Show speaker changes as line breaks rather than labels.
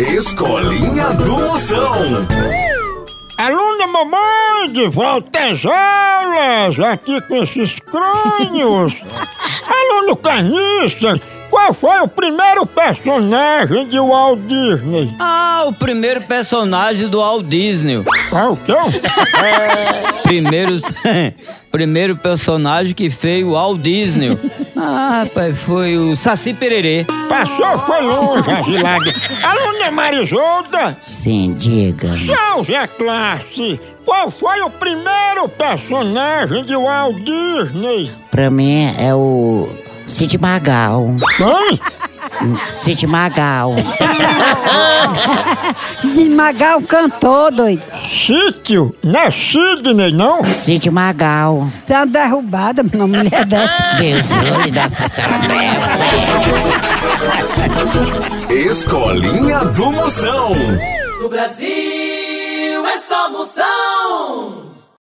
Escolinha do Moção.
Aluna mamãe de volta às aulas, aqui com esses crânios. Aluno carniça, qual foi o primeiro personagem de Walt Disney?
Ah, o primeiro personagem do Walt Disney.
Qual o teu?
Primeiro, primeiro personagem que fez o Walt Disney. Ah, rapaz, foi o Saci Pererê.
Passou, foi longe, Agilada. Aluna Marisolda,
Sim, diga.
salve a classe. Qual foi o primeiro personagem de Walt Disney?
Pra mim é o Cid Magal.
Hein?
Cid Magal.
Desmagar o cantor, doido.
Sítio, não é Sidney, não?
Cid Magal.
Você é uma derrubada, uma mulher dessa.
Deus olhe dessa senhora dela.
Escolinha do Moção.
No Brasil é só moção.